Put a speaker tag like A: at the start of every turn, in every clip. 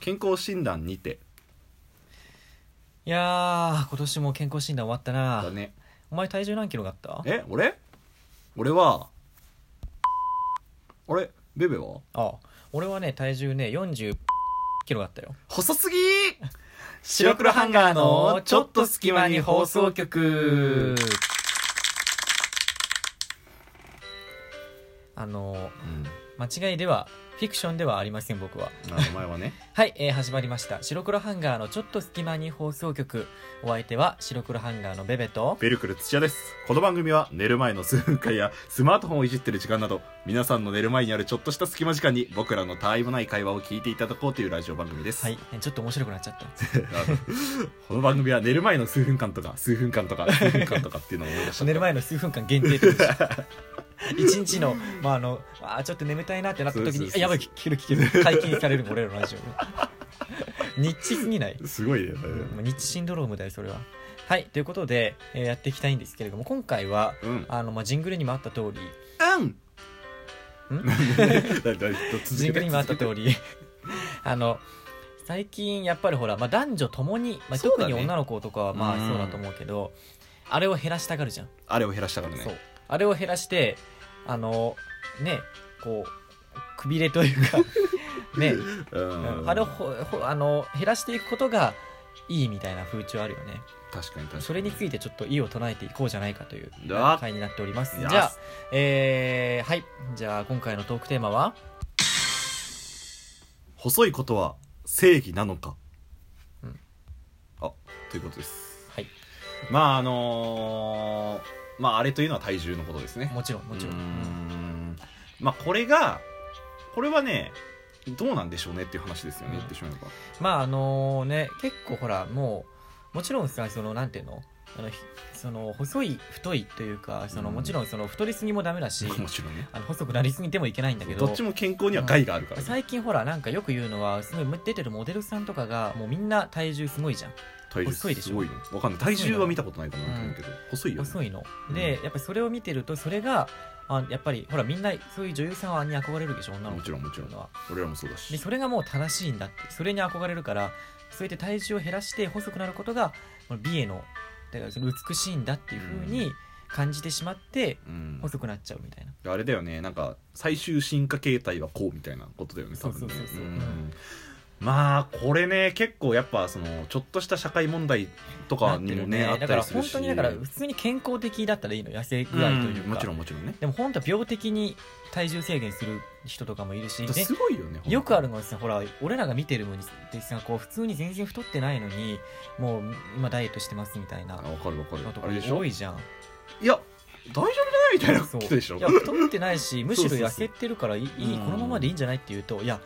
A: 健康診断にて
B: いやー今年も健康診断終わったな、
A: だね
B: お前体重何キロがあった
A: え俺俺はあれベベは
B: ああ俺はね体重ね40キロがあったよ
A: 細すぎ
B: 白黒ハンガーのちょっと隙間に放送
A: 局
B: あの
A: うん
B: 間違いではフィクションではありません僕は
A: まあお前はね
B: はい、えー始まりました白黒ハンガーのちょっと隙間に放送局お相手は白黒ハンガーのベベと
A: ベルクル土屋ですこの番組は寝る前の数分間やスマートフォンをいじってる時間など皆さんの寝る前にあるちょっとした隙間時間に僕らのたわいもない会話を聞いていただこうというラジオ番組です
B: はい、えーちょっと面白くなっちゃった
A: あのこの番組は寝る前の数分間とか数分間とか数分間とかっていうのを思い出し た
B: 寝る前の数分間限定ってことでしょ一日の、まあ、あのあーちょっと眠たいなってなった時
A: そうそう
B: に
A: そう
B: あやばい聞ける聞ける解禁される俺らのラジオ日誌すぎない
A: すごいね、
B: もう日誌シンドロームだよそれははいということで、えーやっていきたいんですけれども今回は
A: うんうん
B: あの、まあ、ジングルにもあった通り
A: うん
B: んジ
A: ジ
B: ングルにもあった通り あの最近やっぱりほら、まあ、男女ともに、まあ、
A: そう
B: 特
A: だね
B: に女の子とかはまあ
A: うん
B: そうだと思うけどあれを減らしたがるじゃん
A: あれを減らしたから
B: そう
A: ね
B: あれを減らしてあのねこうくびれという かね
A: うん
B: あれをほほあの減らしていくことがいいみたいな風潮あるよね
A: 確かに確かに
B: それについてちょっと意を唱えていこうじゃないかという
A: だ
B: 回になっておりますじ
A: よし
B: ゃあえー、はいじゃあ今回のトークテーマは
A: 細いことは正義なのか、
B: うん
A: あということです
B: はい
A: まああのーまああれというのは体重のことですね
B: もちろんもちろん
A: うー
B: うん
A: んまあこれがこれはねどうなんでしょうねっていう話ですよね、
B: うん
A: 言ってしまえば
B: まああのね結構ほらもうもちろんさそのなんていうのあのひその細い太いというかその
A: うん
B: もちろんその太りすぎもダメだし、
A: もちろんね
B: あの細くなりすぎてもいけないんだけど
A: どっちも健康には害があるからね、
B: 最近ほらなんかよく言うのはすごい出てるモデルさんとかがもうみんな体重すごいじゃん
A: 体重
B: 細いでしょ
A: すごいのわかんない体重は見たことないかもなんだけど、細いよ、ね、
B: 細いの、
A: うん
B: でやっぱりそれを見てるとそれがあやっぱりほらみんなそういう女優さんに憧れるでしょ女の
A: も
B: 子
A: ちろんもちろん
B: のは
A: 俺らもそうだし
B: でそれがもう正しいんだってそれに憧れるからそうやって体重を減らして細くなることがこの美へのだからその美しいんだっていうふうに感じてしまって
A: うん
B: 細くなっちゃうみたいな、
A: あれだよねなんか最終進化形態はこうみたいなことだよね多分ね
B: そうそうそうそうん
A: まあこれね結構やっぱそのちょっとした社会問題とかにもね
B: な
A: あっ
B: っ
A: て
B: る
A: たりする
B: 本
A: し
B: 当にだから普通に健康的だったらいいの痩せ具合というか、
A: うんもちろんもちろんね
B: でも本当は病的に体重制限する人とかもいるし、ね、
A: すごいよね
B: よくある
A: の
B: のはさほら俺らが見てるのにですがこう普通に全然太ってないのにもう今ダイエットしてますみたいな
A: わかるわかる
B: のと
A: あ
B: か
A: れでしょ
B: 多
A: い
B: いじゃ ん
A: や大丈夫じゃないみたいなこ
B: そう
A: とでしょ
B: いや太ってないしむし ろ
A: そうそう
B: 痩
A: そう
B: せてるからいいいい
A: うん
B: このままでいいんじゃないって言うといや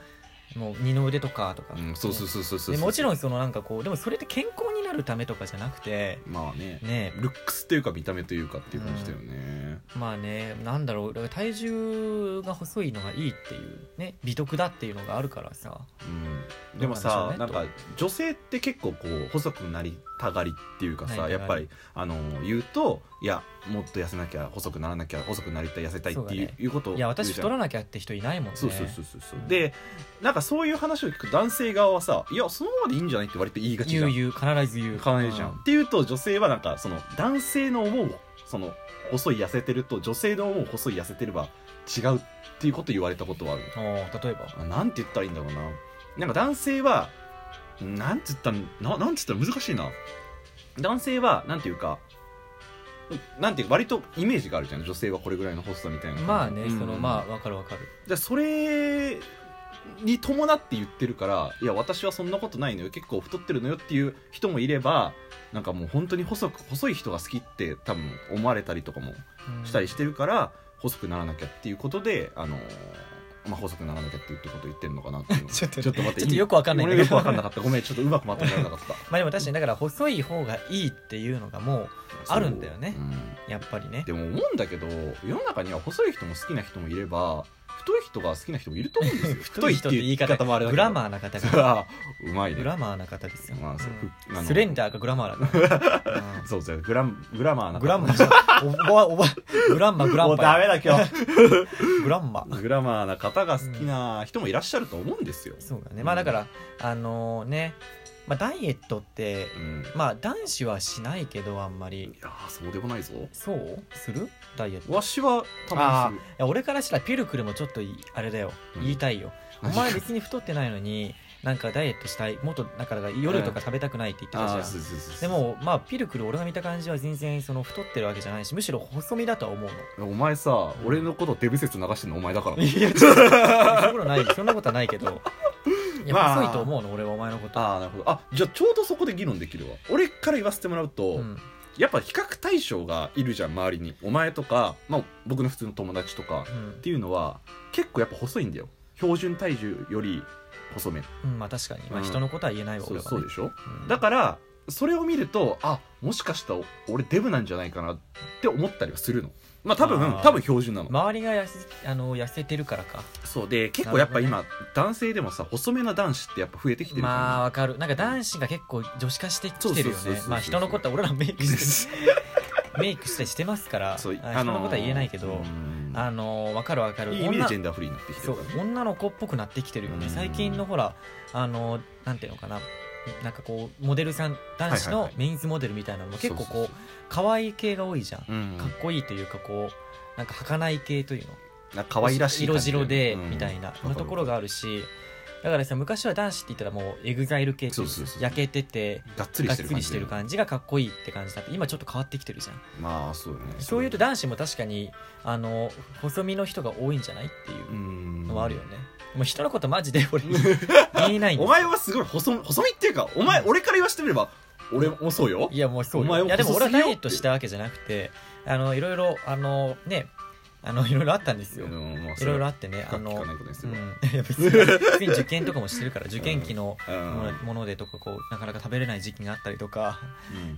B: もう二の腕とかとか、
A: うん そうそうそうそうそう
B: でもちろ
A: ん
B: んそのなんかこうでもそれって健康になるためとかじゃなくて
A: まあね
B: ね
A: ルックスというか見た目というかっていう感じだよね
B: まあねなんだろうだから体重が細いのがいいっていうね美徳だっていうのがあるからさ
A: うんでもさ
B: ど
A: な
B: うんな
A: か
B: んでしょうね
A: 女性って結構こう細くなりたがりっていうか
B: な
A: さ
B: りたがり
A: やっぱりあの言うといやもっと痩せなきゃ細くならなきゃ細くなりたい痩せたいっ
B: そうだ
A: ていう,、
B: ね
A: いうことを
B: いや私太ら
A: ない
B: なきゃって人いないもんね
A: そうそうそうそうそう
B: うん
A: でなんかそういう話を聞く男性側はさいやそのままでいいんじゃないって割と言いがちじ
B: 言
A: ゃ
B: うん言う必ず言う
A: 変わんないじゃん、っていうと女性はなんかその男性の思うその細い痩せてると女性の思う細い痩せてれば違うっていうこと言われたことはある
B: うんおー例えば
A: あなんて言ったらいいんだろうななんか男性はなんて言ったらななんて言ったら難しいな男性はなんていうかなんていうか割とイメージがあるじゃん女性はこれぐらいの細さみたいな
B: まあね、そのま
A: あ
B: あわかるわかる
A: じゃあそれに伴って言ってるからいや私はそんなことないのよ結構太ってるのよっていう人もいればなんかもう本当に細く細い人が好きって多分思われたりとかも
B: うん
A: したりしてるから細くならなきゃっていうことで、あのーまあ、細くならなきゃっていうことを言ってるのかなっていう
B: ちょっと
A: 待って
B: ちょっとよくわかんないんだ
A: 俺
B: け
A: よ
B: ど
A: くわかんなかったごめんちょっとうまくまとめられなかった
B: まあでも確かにだから細い方がいいっていうのがも あるんだよね
A: そううん
B: うやっぱりね
A: でも思うんだけど世の中には細い人も好きな人もいれば太い人が好きな人もいると思うんですよ
B: 太い人って言い
A: 太
B: 方
A: もあれだけ
B: グ
A: ど
B: ラマーな方
A: そ
B: が
A: ら うまいね
B: グラマーな方ですよ、
A: まあそう
B: うん
A: あの
B: スレンダーがグラマーだ から、うん
A: そうそうグラングラマーな
B: グランマじゃんおばおばグランマグラ
A: も
B: ン
A: うダ
B: マ
A: メだ今日
B: グランマ
A: グラマーな方が好きな人もいらっしゃると思うんですよ、
B: そうだねまあだからあのね、まあ、ダイエットって
A: うん、
B: まあ男子はしないけどあんまり
A: いやーそうでもないぞ
B: そうするダイエットい
A: わしはたまに
B: や俺からしたらピルクルもちょっといあれだよ
A: うん
B: 言いたいよ、
A: する
B: お前別に太ってないのになんかダイエットしたいもっとだから夜とか食べたくないって言ってたじゃん、
A: あーそうそうそうそう
B: でもまあピルクル俺が見た感じは全然その太ってるわけじゃないしむしろ細身だとは 思うの
A: お前さ俺のことデブ説流してんのお前だから
B: いや、ちょっと、そんなことない、そんなことはないけど。いや、
A: まあ
B: 細いと思うの、俺はお前のこと。
A: ああなるほどあじゃあちょうどそこで議論できるわ俺から言わせてもらうと、
B: うん、
A: やっぱ比較対象がいるじゃん周りにお前とか、まあ、僕の普通の友達とか
B: う
A: っ
B: ん
A: ていうのは結構やっぱ細いんだよ標準体重より細め
B: うん、まあ、確かに、まあ、
A: うん
B: 人のことは言えないわ、
A: そ
B: 俺
A: う
B: はね。
A: そうでしょ
B: うん
A: だからそれを見るとあもしかしたら俺デブなんじゃないかなって思ったりはするのまあ多分
B: あー
A: 多分標準なの
B: 周りがやせ、あの、痩せてるからか。
A: そうで結構やっぱ今、男性でもさ細めな男子ってやっぱ増えてきてるじゃん
B: まあ、わかる、なんか男子が結構女子化してきてるよ
A: そうそうそう
B: ね
A: そ。う
B: まあ、人のことは俺らメイクして、 メイクしたりしてますから。あ
A: そう
B: 人のことは言えないけ
A: う
B: ど。
A: ん
B: あの、わかるわかる。
A: いい意味で
B: 女
A: ジェンダーフリーになってきて
B: そ
A: る
B: う
A: からね
B: 女の子っぽくなってきてるよ
A: う
B: ね
A: ん
B: 最近のほらあのなんていうのかななんかこうモデルさん男子
A: はい
B: の
A: はいはい
B: メインズモデルみたいなのも結構
A: そう
B: こう
A: そう
B: 可愛い系が多いじゃん、
A: うん
B: かっこいいというかこうなんか儚い系というの
A: なんか可愛らしい
B: 色
A: 感じだよ
B: 白
A: ね
B: で、みたいな
A: うん
B: のところがあるしだからさ昔は男子って言ったらもうエグザイル系っていう
A: そうそうそう
B: 焼けてて
A: がっつり
B: が
A: し
B: って
A: る
B: つ
A: 感
B: り
A: じ
B: してる感じがかっこいいって感じだって今ちょっと変わってきてるじゃん
A: まあそうよね
B: そういうと男子も確かにあの細身の人が多いんじゃないっていう
A: うーん
B: のはあるよね、もう人のことマジで 俺に言えないんだ
A: お前はすごい細細身っていうかお前俺から言わせてみれば俺もそうよ
B: いやもうそう
A: お前
B: よ
A: を
B: いやでも俺は
A: 細すぎよ
B: ダイエットしたわけじゃなくてあのいろいろあのねあのいろいろあったんですよ
A: うんまあ
B: いろいろあってね
A: それは
B: あ
A: 聞
B: の
A: かないことにす
B: う
A: る
B: ん、
A: わ
B: いや別に別に受験とかもしてるから受験期の
A: う
B: も
A: ん
B: のものでとかこうなかなか食べれない時期があったりとか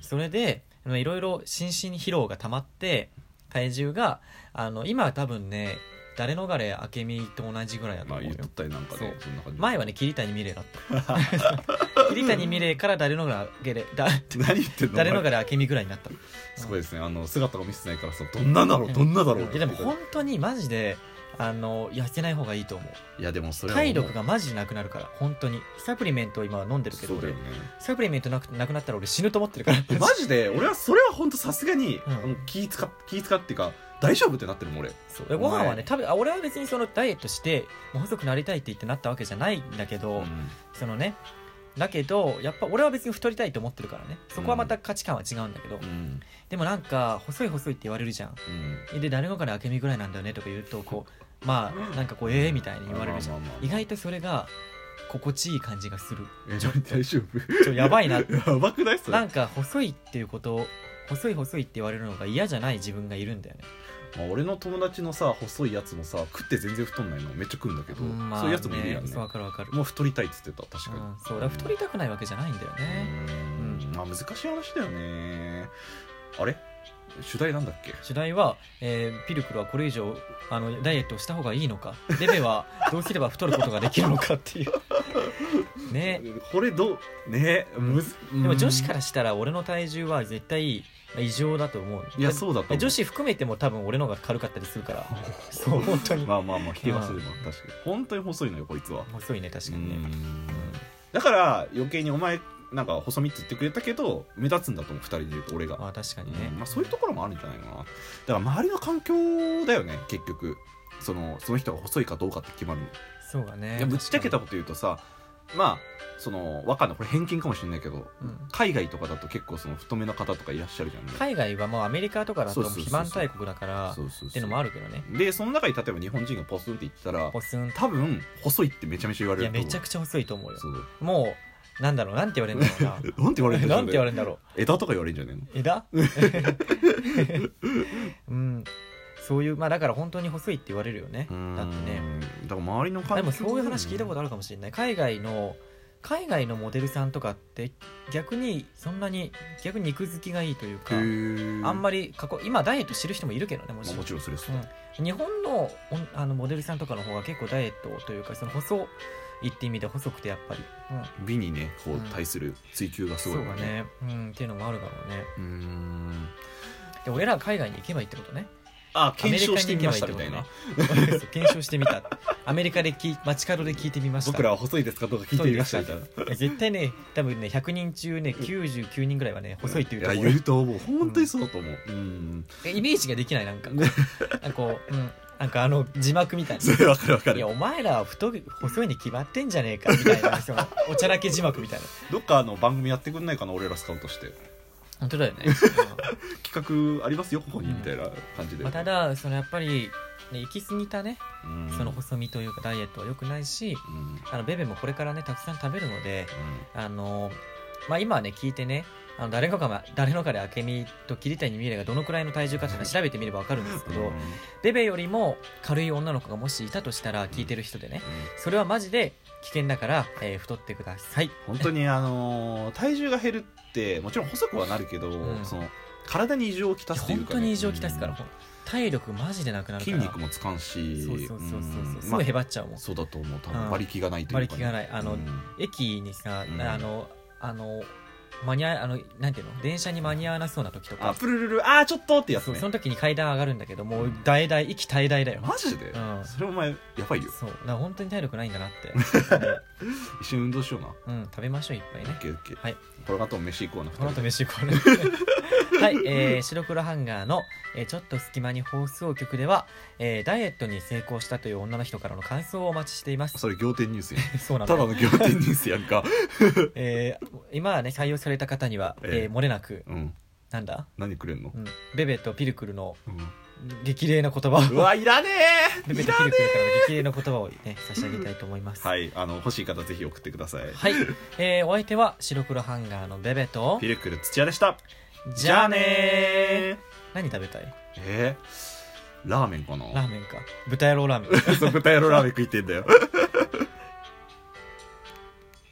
B: それでまあいろいろ心身疲労が溜まって体重があの今は多分ね誰のがれ明美と同じぐらいだと
A: まあ
B: 思う
A: 言
B: よ
A: っとったりなんかねそんな感じ
B: 前はね桐谷美玲だった桐谷美玲から誰のがれだ
A: 何言ってんの
B: 誰の
A: お前
B: がれ明美ぐらいになったの
A: すごいですねあの姿が見せてないからさどんなだろうどんなだろう
B: いやでも本当にマジであの痩せない方がいいと思
A: いやでもそうれは
B: 体力がマジでなくなるから本当にサプリメントを今は飲んでるけど
A: そうだよ
B: 俺
A: ね
B: サプリメントなくなくなったら俺死ぬと思ってるから
A: マジで俺はそれは本当さすがに
B: うん
A: あの気使っ気使っていうか大丈夫ってなってるもん俺
B: そうでご飯はね食べあ俺は別にそのダイエットしてもう細くなりたいって言ってなったわけじゃないんだけど、
A: うん
B: そのねだけどやっぱ俺は別に太りたいと思ってるからねそこはまた価値観は違うんだけど、
A: うん
B: でもなんか細い細いって言われるじゃん
A: うん
B: で誰のから明美ぐらいなんだよねとか言うとこうまあなんかこうええみたいに言われるじゃん
A: まあまあまあ
B: 意外とそれが心地いい感じがする
A: え大丈夫
B: ちょやばいな
A: やばくないそれ
B: なんか細いっていうこと細い細いって言われるのが嫌じゃない自分がいるんだよね
A: まあ、俺の友達のさ細いやつもさ食って全然太んないのめっちゃ食うんだけど、
B: んまあ
A: そういうやつもいるやんね
B: そうわかるわかる
A: もう太りたいっつってた確かに
B: うん、そうだから太りたくないわけじゃないんだよね
A: うんまあ難しい話だよねあれ主題なんだっけ
B: 主題は、えーピルクルはこれ以上あのダイエットをした方がいいのかデベ はどうすれば太ることができるのかっていうね
A: これどうねえむず
B: でも女子かららしたら俺の体重は絶対異常だと思う
A: いやそうだと思う
B: 女子含めても多分俺の方が軽かったりするからそう本当に
A: まあまあまあ否定はするわ確かに本当に細いのよこいつは
B: 細いね確か
A: う
B: にね
A: んだから余計にお前なんか細身って言ってくれたけど目立つんだと思う二人で言うと俺が
B: まあ確かにね
A: うんまあ、そういうところもあるんじゃないかなだから周りの環境だよね結局そのその人が細いかどうかって決まるの、
B: そうだね
A: いやぶっちゃけた
B: 確
A: こと言うとさまあそのわかんないこれ偏見かもしれないけど、
B: うん
A: 海外とかだと結構その太めの方とかいらっしゃるじゃんね
B: かに海外はもうアメリカとかだと
A: そうそうそう
B: 肥満大国だから
A: そうそうそう
B: っていうのもあるけどね
A: でその中に例えば日本人がポスンって言ってたら
B: ポスン
A: 多分細いってめちゃめちゃ言わ
B: い
A: れ
B: や
A: ると思う
B: めちゃくちゃ細いと思うよ
A: そう
B: もうなんだろうなんて言われるんだろ
A: えなんて言わ
B: う
A: れるん
B: な
A: だ
B: なんて言わ
A: れ
B: れるんだろ
A: 枝とか言われるんじゃないの
B: う枝 うんそういうまあだから本当に細いって言われるよねだってね
A: うーんだから周りの環
B: で
A: 境
B: もそういう話聞いたことあるかもしれない海外の海外のモデルさんとかって逆にそんなに逆に肉付きがいいというかあんま
A: り、
B: り過去今ダイエットしてる人もいるけどねもち
A: まあ、
B: ろん
A: もちろんそれです、
B: うん日本のおんあのモデルさんとかの方が結構ダイエットというかその細いって意味で細くてやっぱり、うん、
A: 美にねこ
B: うん
A: う対する追求がすごい
B: そう
A: か
B: だ
A: ら
B: ね、うん、っていうのもあるだろうね
A: うーん
B: で俺ら海外に行けばいいってことね
A: あ
B: アメ
A: 検
B: リカ
A: 証して
B: に
A: み
B: 行け
A: ま
B: ばい
A: し
B: いったて
A: み
B: こと
A: たいな
B: ねそう検証してみたアメリカで聞い街角で聞いてみました
A: 僕らは細いですかとか聞いてみましたみたいな
B: 絶対ね多分ね100人中ね99人ぐらいはね細いって言うと
A: い
B: 思
A: や
B: う
A: 言うと思う本当にそうだと思ううん
B: えイメージができな いなんかなんかこう、うん、なんかあの字幕みたい
A: それわかるわか
B: な「いや
A: る
B: お前らは太く細いに決まってんじゃねえか」みたいな そのおちゃらけ字幕みたいな
A: どっかの番組やってくんないかな俺らスカウトして
B: 本当だよね、
A: 企画ありますよここにみたいな感じ
B: うん
A: で
B: まあ、ただそのやっぱり、ね、行き過ぎたね
A: うん
B: その細身というかダイエットは良くないし
A: うんうん
B: あのベベもこれからねたくさん食べるのであのまあ今はね聞いてねあの誰のかが誰のかで明美と桐谷美玲がどのくらいの体重かっていうのは調べてみれば分かるんですけど、
A: うん
B: ベベよりも軽い女の子がもしいたとしたら聞いてる人でねそれはマジで危険だから、えー太ってください
A: 本当にあのー体重が減るってもちろん細くはなるけど
B: うん
A: その体に異常をきたすというか
B: 本
A: ね
B: 当に異常きたすから、
A: うん
B: 体力マジでなくなるか
A: 筋
B: ら
A: 肉もつかんし
B: そうそうそうそうそう、
A: ん
B: す
A: ま
B: ぐ
A: あ
B: へばっちゃうもん
A: そうだと思う多
B: うん
A: 分馬力がないというか
B: 馬
A: ね
B: 力がないあの
A: うん
B: 駅にさ、
A: うん
B: あのあの間に合あのなんていうの電車に間に合わなそうな時と
A: あ
B: か
A: プルルルあーちょっとってやつ
B: そう
A: ね
B: その時に階段上がるんだけどもう大々息大々だよ
A: マジで
B: うん
A: それお前やばいよ
B: そうだから本当に体力ないんだなって
A: 一緒に運動しようなオ
B: うん食べましょういっぱいね
A: ッケーオッケー
B: はい
A: これからとも飯行こうな
B: この
A: 二
B: 後
A: 人
B: 飯行 こうねはい、えー白黒ハンガーの、えーちょっと隙間に放送局」では、えーダイエットに成功したという女の人からの感想をお待ちしています
A: それ仰天ニュースやん
B: そうな
A: ただ
B: の、
A: の仰天ニュースやんか
B: えー今はね採用された方には、えー
A: ええ
B: 漏れなく
A: うん
B: なんだ、
A: 何くれんの
B: うん、ベベとピルクルの
A: うん
B: 激励の言葉
A: う
B: を
A: わいらね
B: ベ
A: え
B: ベ
A: い
B: と
A: ら
B: ピル
A: ね
B: クルからの激励の言葉をね差し上げたいと思います
A: えはいあの欲しい方ぜひ送ってください
B: はい、えーお相手は白黒ハンガーのベベと
A: ピルクル土屋でした
B: じゃあねー
A: ー
B: 何食べたい
A: えーラーメンかな
B: ラーメンか豚野郎ラーメン
A: そう豚野郎ラーメン食いてんだよ